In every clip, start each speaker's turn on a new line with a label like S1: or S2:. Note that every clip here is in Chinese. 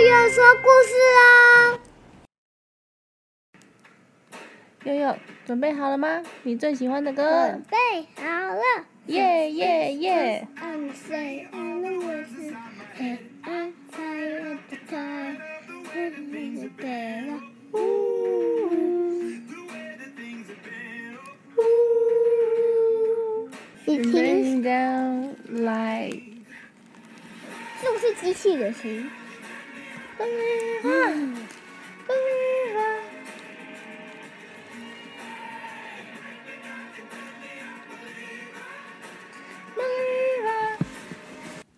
S1: 故事
S2: 悠悠，准备好了吗？你最喜欢的
S1: 哦！
S2: 歌
S1: 准，备好了。
S2: 耶耶耶！
S1: I'm saying I'm a wizard, and I'm tired of the time. Living the better. Ooh. 你听，
S2: Rain down like
S1: 这不是机器的声音。嗯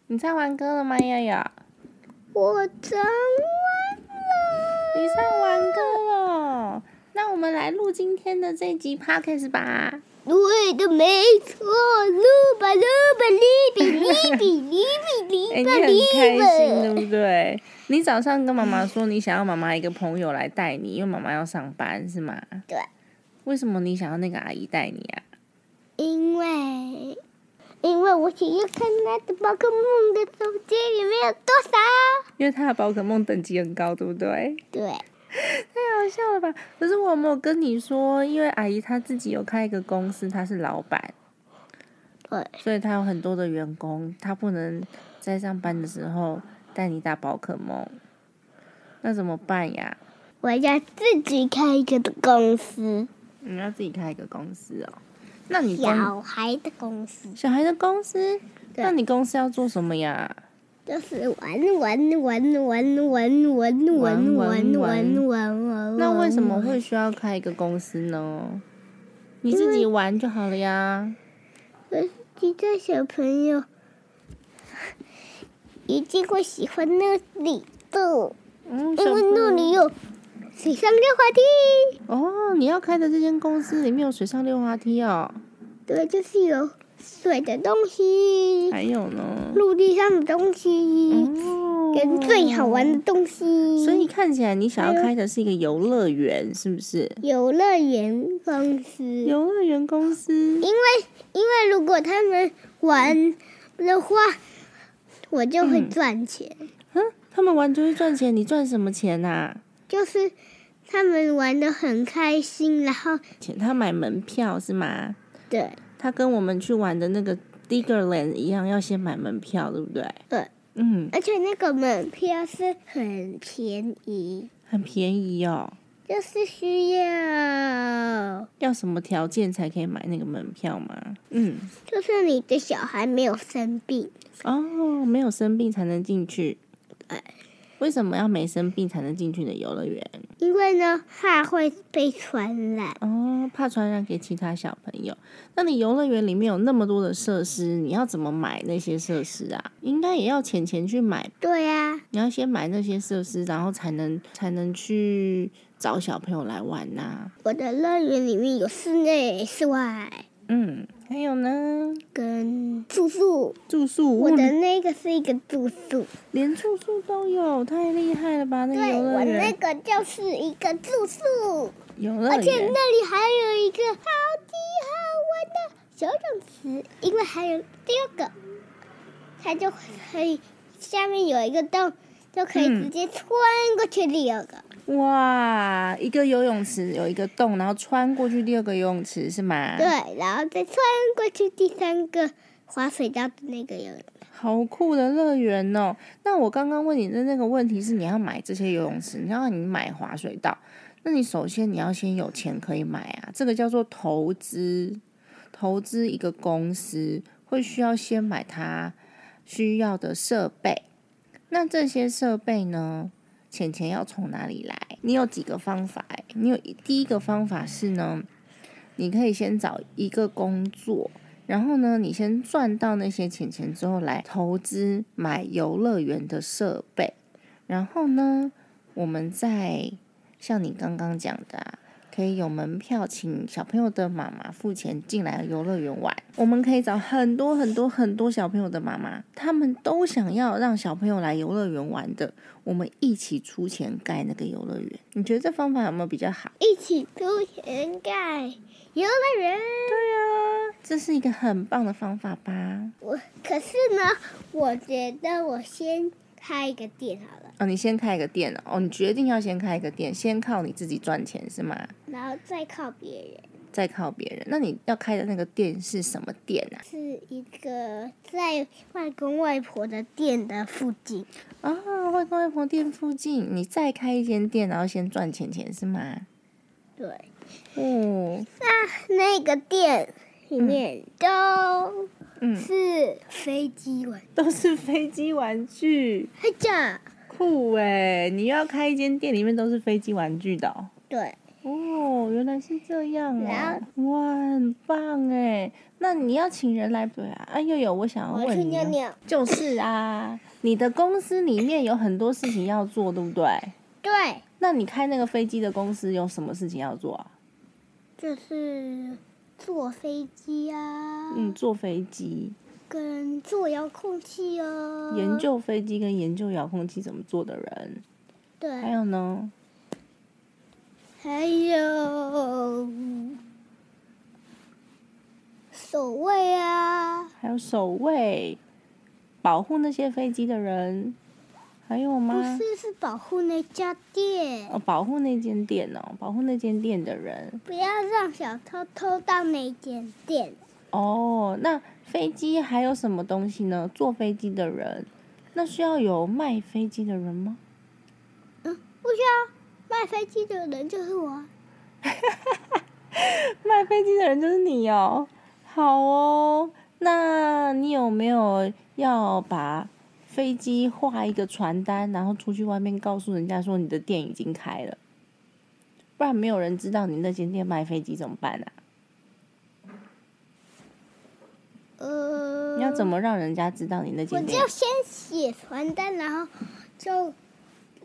S2: 你唱完歌了吗，悠悠？
S1: 我唱完了。
S2: 你唱完歌了，那我们来录今天的这集 podcast 吧。
S1: 对的，没错，噜吧噜吧哩比哩比哩比 哩
S2: 哎、你
S1: 吧
S2: 很开心，对
S1: 哩吧。
S2: 不对？你早上跟妈妈说你想要妈妈一个朋友来带你，因为妈妈要上班是吗？
S1: 对，
S2: 为什么你想要那个阿姨带你啊？
S1: 因为因为我想要看他的宝可梦的手机里面有多少。
S2: 因为她的宝可梦等级很高，对不对？
S1: 对，
S2: 太好笑了吧！可是我有没有跟你说，因为阿姨她自己有开一个公司，她是老板，
S1: 对，
S2: 所以她有很多的员工，她不能在上班的时候带你打宝可梦，那怎么办呀？
S1: 我要自己开一个的公司，
S2: 你要自己开一个公司哦。那你公
S1: 小孩的公司，
S2: 小孩的公司，
S1: 对
S2: 那你公司要做什么呀？
S1: 就是玩玩玩玩玩玩玩玩玩玩玩。
S2: 那为什么会需要开一个公司呢？你自己玩就好了呀。
S1: 其他小朋友一定会喜欢那里的，
S2: 嗯，小
S1: 因为那里有水上溜滑梯，
S2: 哦，你要开的这间公司里面有水上溜滑梯哦，
S1: 对，就是有水的东西，
S2: 还有呢，
S1: 陆地上的东西，
S2: 哦
S1: 跟最好玩的东西。
S2: 所以看起来你想要开的是一个游乐园，是不是？
S1: 游乐园公司，因
S2: 游乐园公司，
S1: 为因为如果他们玩的话，我就会
S2: 嗯
S1: 赚钱。
S2: 嗯，他们玩就会赚钱，你赚什么钱呐、
S1: 就是他们玩的很开心，然后
S2: 钱他买门票是吗？
S1: 对
S2: 他跟我们去玩的那个 Diggerland 一样，要先买门票，对不对？
S1: 对，
S2: 嗯，
S1: 而且那个门票是很便宜，
S2: 很便宜哦。
S1: 就是需要，
S2: 要什么条件才可以买那个门票吗？嗯，
S1: 就是你的小孩没有生病，
S2: 哦，没有生病才能进去。
S1: 对，
S2: 为什么要没生病才能进去的游乐园？
S1: 因为呢怕会被传染。
S2: 哦，怕传染给其他小朋友。那你游乐园里面有那么多的设施，你要怎么买那些设施啊？应该也要钱钱去买，
S1: 对啊呀、
S2: 你要先买那些设施，然后才能才能去找小朋友来玩呐、
S1: 我的乐园里面有室内、室外
S2: 嗯，还有呢，
S1: 跟住宿，
S2: 住宿，
S1: 我
S2: 哇
S1: 的那个是一个住宿，
S2: 连住宿都有，太厉害了吧？那个
S1: 对
S2: 游乐
S1: 我那
S2: 园，
S1: 个就是一个住宿。
S2: 游乐
S1: 而且
S2: 园，
S1: 那里还有一个超级好玩的小泳池，因为还有第二个，它就可以下面有一个洞，就可以
S2: 嗯
S1: 直接穿过去第二个。
S2: 哇，一个游泳池有一个洞，然后穿过去第二个游泳池是吗？
S1: 对，然后再穿过去第三个滑水道的那个游泳。
S2: 好酷的乐园哦！那我刚刚问你的那个问题是，你要买这些游泳池，你要你买滑水道，那你首先你要先有钱可以买啊，这个叫做投资。投资一个公司会需要先买它需要的设备，那这些设备呢，钱钱要从哪里来？你有几个方法欸？你有第一个方法是呢，你可以先找一个工作，然后呢，你先赚到那些钱钱之后，来投资买游乐园的设备，然后呢，我们再像你刚刚讲的、啊。可以有门票，请小朋友的妈妈付钱进来游乐园玩。我们可以找很多很多很多小朋友的妈妈，他们都想要让小朋友来游乐园玩的，我们一起出钱盖那个游乐园。你觉得这方法有没有比较好？
S1: 一起出钱盖游乐园。啊
S2: 这是一个很棒的方法吧？
S1: 我可是呢，我觉得我先开一个店好了，
S2: 哦，你先开一个店哦哦，你决定要先开一个店，先靠你自己赚钱是吗？
S1: 然后再靠别人，
S2: 再靠别人。那你要开的那个店是什么店啊？
S1: 是一个在外公外婆的店的附近。
S2: 啊、外公外婆店附近，你再开一间店，然后先赚钱钱是吗？
S1: 对，
S2: 哦，
S1: 那个店里面都
S2: 嗯，
S1: 是飞机玩
S2: 都是飞机玩具，
S1: 嘿这
S2: 酷诶！你又要开一间店，里面都是飞机玩具的哦。
S1: 对，
S2: 哦原来是这样
S1: 然
S2: 哦！哇，很棒哎！那你要请人来对啊？啊，又有我想要
S1: 我去
S2: 问你
S1: 尿
S2: 哦，
S1: 尿。
S2: 就是啊，你的公司里面有很多事情要做，对不对？
S1: 对，
S2: 那你开那个飞机的公司有什么事情要做啊？
S1: 就是坐飞机啊，
S2: 嗯，坐飞机，
S1: 跟坐遥控器哦，
S2: 研究飞机跟研究遥控器怎么做的人，还
S1: 对，
S2: 有呢，
S1: 还有守卫啊，
S2: 还有守卫，保护那些飞机的人，还有
S1: 不
S2: 吗？
S1: 是是保护那家店，
S2: 哦，保护那间店哦，保护那间店的人。
S1: 不要让小偷偷到那间店。
S2: 哦，那飞机还有什么东西呢？坐飞机的人，那需要有卖飞机的人吗？
S1: 嗯，不需要卖飞机的人就是我啊，
S2: 卖飞机的人就是你哦。好哦，那你有没有要把飞机画一个传单，然后出去外面告诉人家说你的店已经开了？不然没有人知道你那间店卖飞机怎么办啊？
S1: 呃，
S2: 你要怎么让人家知道你那
S1: 我
S2: 间
S1: 就
S2: 店？
S1: 先写传单，然后就，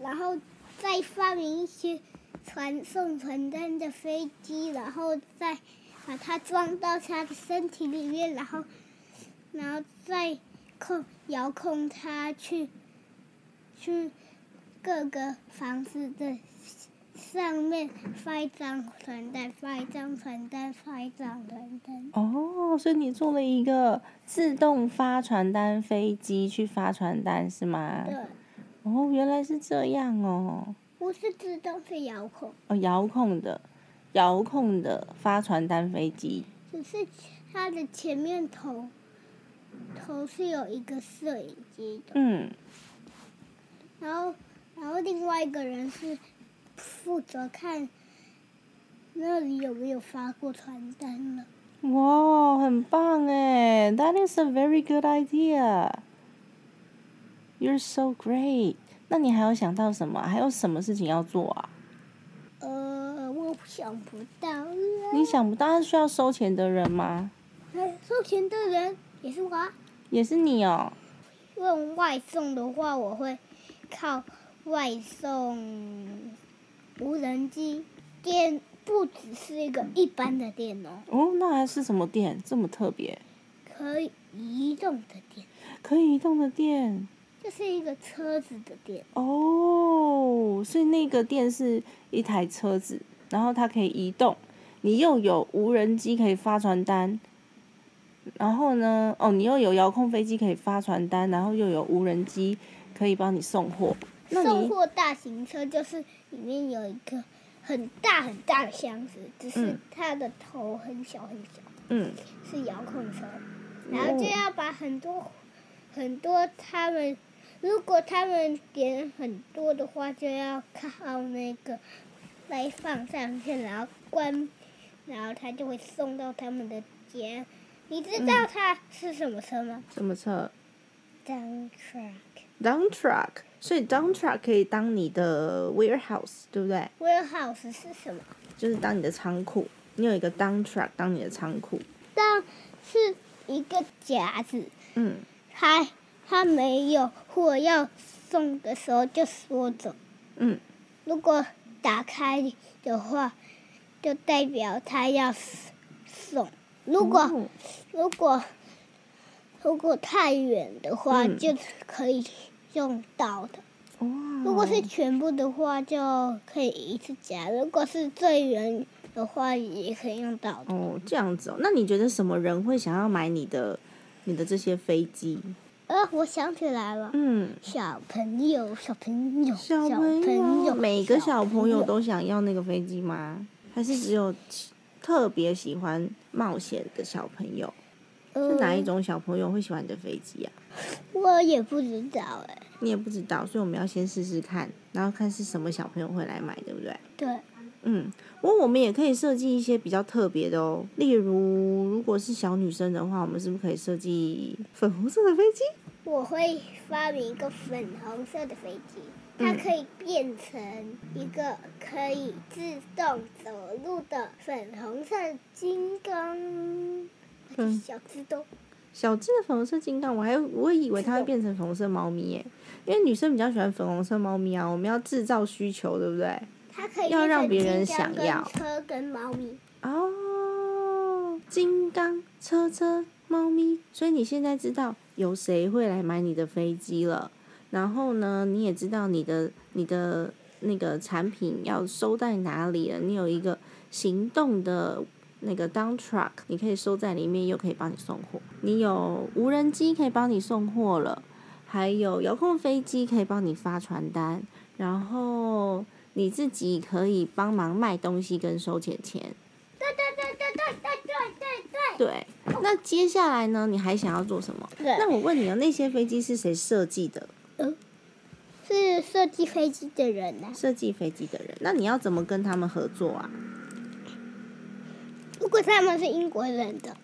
S1: 然后再发明一些传送传单的飞机，然后再把它装到它的身体里面，然后，然后再控遥控它去，去各个房子的上面发一张传单，发一张传单，发一张传单。
S2: 哦，所以你做了一个自动发传单飞机去发传单是吗？
S1: 对，
S2: 哦，原来是这样哦。
S1: 不是自动是遥控。
S2: 哦，遥控的，遥控的发传单飞机。
S1: 只是它的前面头头是有一个摄影机的，
S2: 嗯，
S1: 然后然后另外一个人是负责看那里有没有发过传单了。
S2: 哇，很棒哎！That is a very good idea. You're so great. 那你还有想到什么？还有什么事情要做啊？
S1: 呃，我想不到了。
S2: 你想不到需要收钱的人吗？
S1: 哎收钱的人也是我啊，
S2: 也是你哦。
S1: 问外送的话，我会靠外送无人机电，不只是一个一般的电哦，
S2: 哦，那还是什么店这么特别？
S1: 可以移动的电。
S2: 可以移动的店
S1: 这是一个车子的店，
S2: 哦，所以那个店是一台车子，然后它可以移动，你又有无人机可以发传单，然后呢，哦，你又有遥控飞机可以发传单，然后又有无人机可以帮你送货。那
S1: 送
S2: 你
S1: 货大型车就是里面有一个很大很大的箱子，只是
S2: 嗯
S1: 它的头很小很小，
S2: 嗯，
S1: 是遥控车，然后就要把很多很多他们，如果他们点很多的话，就要靠那个来放上去，然后关，然后它就会送到他们的家。你知
S2: 嗯
S1: 道它是什么车吗
S2: 什么车
S1: ？Dump truck。
S2: ？Down truck，所以 down truck 可以当你的 warehouse，对不对？
S1: warehouse 是什么？
S2: 就是当你的仓库，你有一个 down truck 当你的仓库。
S1: 但是一个夹子，
S2: 嗯，
S1: 它它没有货要送的时候就缩走，
S2: 嗯，
S1: 如果打开的话，就代表它要 s- 送。如果、
S2: 哦
S1: 如果如果太远的话，
S2: 嗯哦
S1: 就可以用到的。
S2: 哇，
S1: 如果是全部的话，就可以一次夹；如果是最远的话，也可以用到的。
S2: 哦，这样子哦。那你觉得什么人会想要买你的你的这些飞机？
S1: 呃，我想起来了，
S2: 嗯，
S1: 小朋友，小朋友，
S2: 小
S1: 朋
S2: 朋友，每个
S1: 小
S2: 小朋友都想要那个飞机吗？还是只有特别喜欢冒险的小朋友？是哪一？
S1: 呃
S2: 种小朋友会喜欢你的飞机啊？
S1: 我也不知道哎。
S2: 你也不知道，所以我们要先试试看，然后看是什么小朋友会来买，对不对？
S1: 对，
S2: 嗯，不过我们也可以设计一些比较特别的哦，例如如果是小女生的话，我们是不是可以设计粉红色的飞机？
S1: 我会发明一个粉红色的飞机，它
S2: 嗯
S1: 可以变成一个可以自动走路的粉红色金刚，那是
S2: 嗯
S1: 小自动。
S2: 小只的粉红色金刚，我还我以为它会变成粉红色猫咪耶，因为女生比较喜欢粉红色猫咪啊，我们要制造需求，对不对？
S1: 它可以
S2: 要
S1: 变
S2: 让
S1: 成
S2: 别人
S1: 金刚
S2: 想要
S1: 跟车跟猫咪，
S2: 哦，金刚车车猫咪，所以你现在知道有谁会来买你的飞机了。然后呢，你也知道你的你的那个产品要收在哪里了。你有一个行动的那个 down truck，你可以收在里面，又可以帮你送货。你有无人机可以帮你送货了，还有遥控飞机可以帮你发传单，然后你自己可以帮忙卖东西跟收钱钱。
S1: 对对对对对对对对对。
S2: 对，那接下来呢？你还想要做什么？
S1: 对
S2: 那我问你啊，那些飞机是谁设计的？
S1: 是设计飞机的人呐、
S2: 设计飞机的人，那你要怎么跟他们合作啊？
S1: 如果他们是英国人的，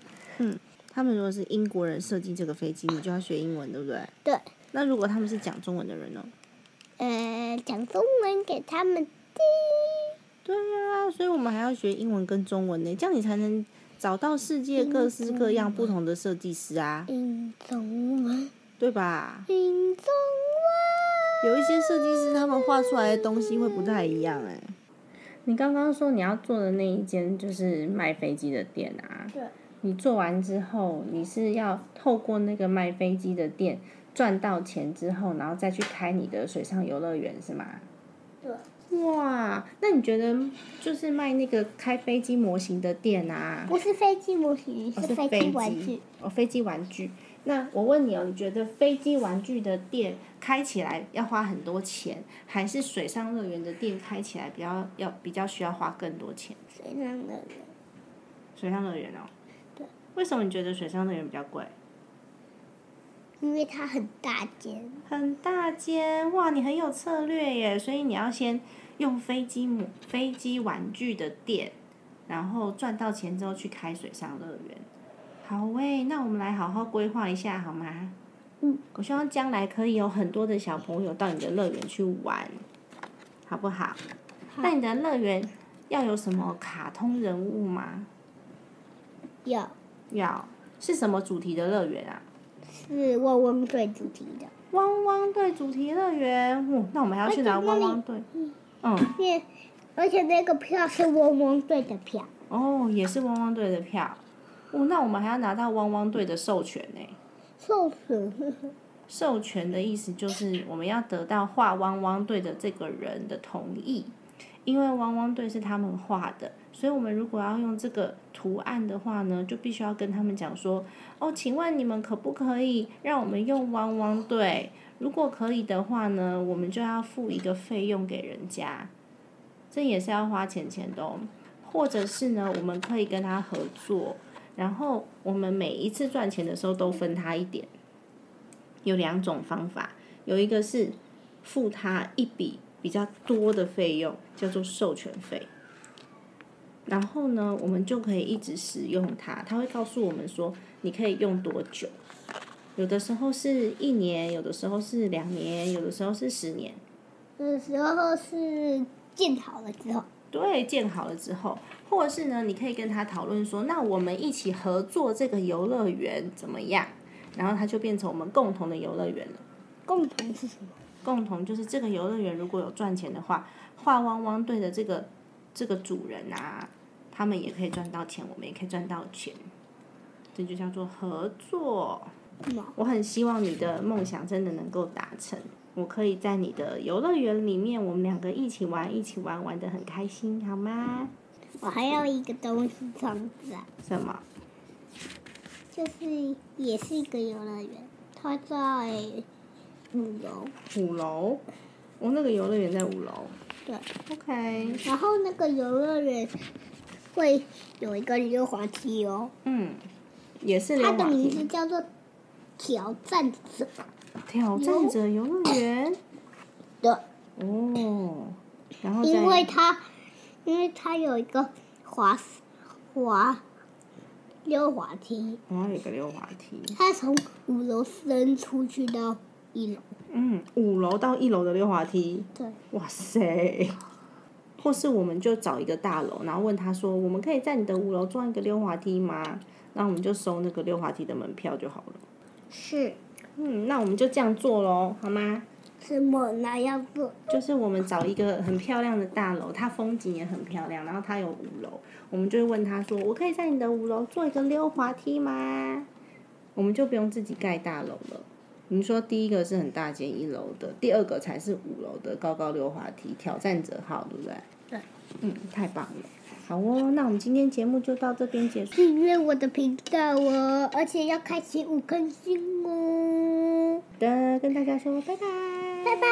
S2: 他们如果是英国人设计这个飞机，你就要学英文，对不对？
S1: 对，
S2: 那如果他们是讲中文的人呢？
S1: 呃，讲中文给他们听。
S2: 对啊，所以我们还要学英文跟中文呢，这样你才能找到世界各式各样不同的设计师啊，
S1: 英中文，
S2: 对吧？
S1: 英中文。
S2: 有一些设计师他们画出来的东西会不太一样哎。你刚刚说你要做的那一间就是卖飞机的店啊，
S1: 对，
S2: 你做完之后，你是要透过那个卖飞机的店赚到钱之后，然后再去开你的水上游乐园是吗？
S1: 对。
S2: 哇，那你觉得就是卖那个开飞机模型的店啊？
S1: 不是飞机模型，
S2: 哦
S1: 是飞机玩具。
S2: 哦，飞机玩具。那我问你哦，你觉得飞机玩具的店开起来要花很多钱，还是水上乐园的店开起来比较要比较需要花更多钱？
S1: 水上的人，
S2: 水上乐园哦，
S1: 对。
S2: 为什么你觉得水上乐园比较贵？
S1: 因为它很大间，
S2: 很大间哇，你很有策略耶，所以你要先用飞机模飞机玩具的店，然后赚到钱之后去开水上乐园。好喂，那我们来好好规划一下好吗？
S1: 嗯，
S2: 我希望将来可以有很多的小朋友到你的乐园去玩，好不好？那你的乐园要有什么卡通人物吗？
S1: 有
S2: 要是什么主题的乐园啊？
S1: 是汪汪队主题的，
S2: 汪汪队主题乐园，哦，那我们还要去哪？
S1: 而且那
S2: 汪
S1: 里
S2: 汪队，嗯，
S1: 因为而且那个票是汪汪队的票。
S2: 哦，也是汪汪队的票，哦，那我们还要拿到汪汪队的授权呢。
S1: 送死！
S2: 授权的意思就是我们要得到画汪汪队的这个人的同意，因为汪汪队是他们画的，所以我们如果要用这个图案的话呢，就必须要跟他们讲说，哦，请问你们可不可以让我们用汪汪队？如果可以的话呢，我们就要付一个费用给人家，这也是要花钱钱的、哦。或者是呢，我们可以跟他合作，然后我们每一次赚钱的时候都分他一点。有两种方法，有一个是付他一笔比较多的费用，叫做授权费。然后呢，我们就可以一直使用它，它会告诉我们说你可以用多久。有的时候是一年，有的时候是两年，有的时候是十年。
S1: 有时候是建好了之后，
S2: 对，建好了之后，或者是呢，你可以跟他讨论说，那我们一起合作这个游乐园怎么样？然后它就变成我们共同的游乐园了。
S1: 共同是什么？
S2: 共同就是这个游乐园如果有赚钱的话，画汪汪队的这个这个主人啊，他们也可以赚到钱，我们也可以赚到钱，这就叫做合作。
S1: 什么？
S2: 我很希望你的梦想真的能够达成，我可以在你的游乐园里面，我们两个一起玩，一起玩，玩得很开心，好吗？
S1: 我还要一个东西装置啊，
S2: 什么？
S1: 就是也是一个游乐园，它在嗯五楼，
S2: 五楼，哦，那个游乐园在五楼。
S1: 对。
S2: OK，
S1: 然后那个游乐园会有一个溜滑梯哦，
S2: 嗯，也是溜
S1: 它
S2: 滑
S1: 的名字
S2: 梯。
S1: 叫做挑战者。
S2: 挑战者游乐园。
S1: 对，
S2: 哦，然后
S1: 因为
S2: 在
S1: 它因为它有一个滑滑溜滑梯，
S2: 然后有一个溜滑梯，
S1: 它从五楼伸出去到一楼。
S2: 嗯，五楼到一楼的溜滑梯。
S1: 对，
S2: 哇塞！或是我们就找一个大楼，然后问他说：“我们可以在你的五楼装一个溜滑梯吗？”那我们就收那个溜滑梯的门票就好了。
S1: 是
S2: 嗯，那我们就这样做喽，好吗？
S1: 是莫那样做。
S2: 就是我们找一个很漂亮的大楼，它风景也很漂亮，然后它有五楼，我们就问他说：“我可以在你的五楼做一个溜滑梯吗？”我们就不用自己盖大楼了。你说第一个是很大间一楼的，第二个才是五楼的高高溜滑梯挑战者号，对不对？
S1: 对。
S2: 嗯，太棒了。好哦，那我们今天节目就到这边结束。
S1: 订阅我的频道哦，而且要开启五颗星哦。
S2: 的，跟大家说拜拜。
S1: 拜拜。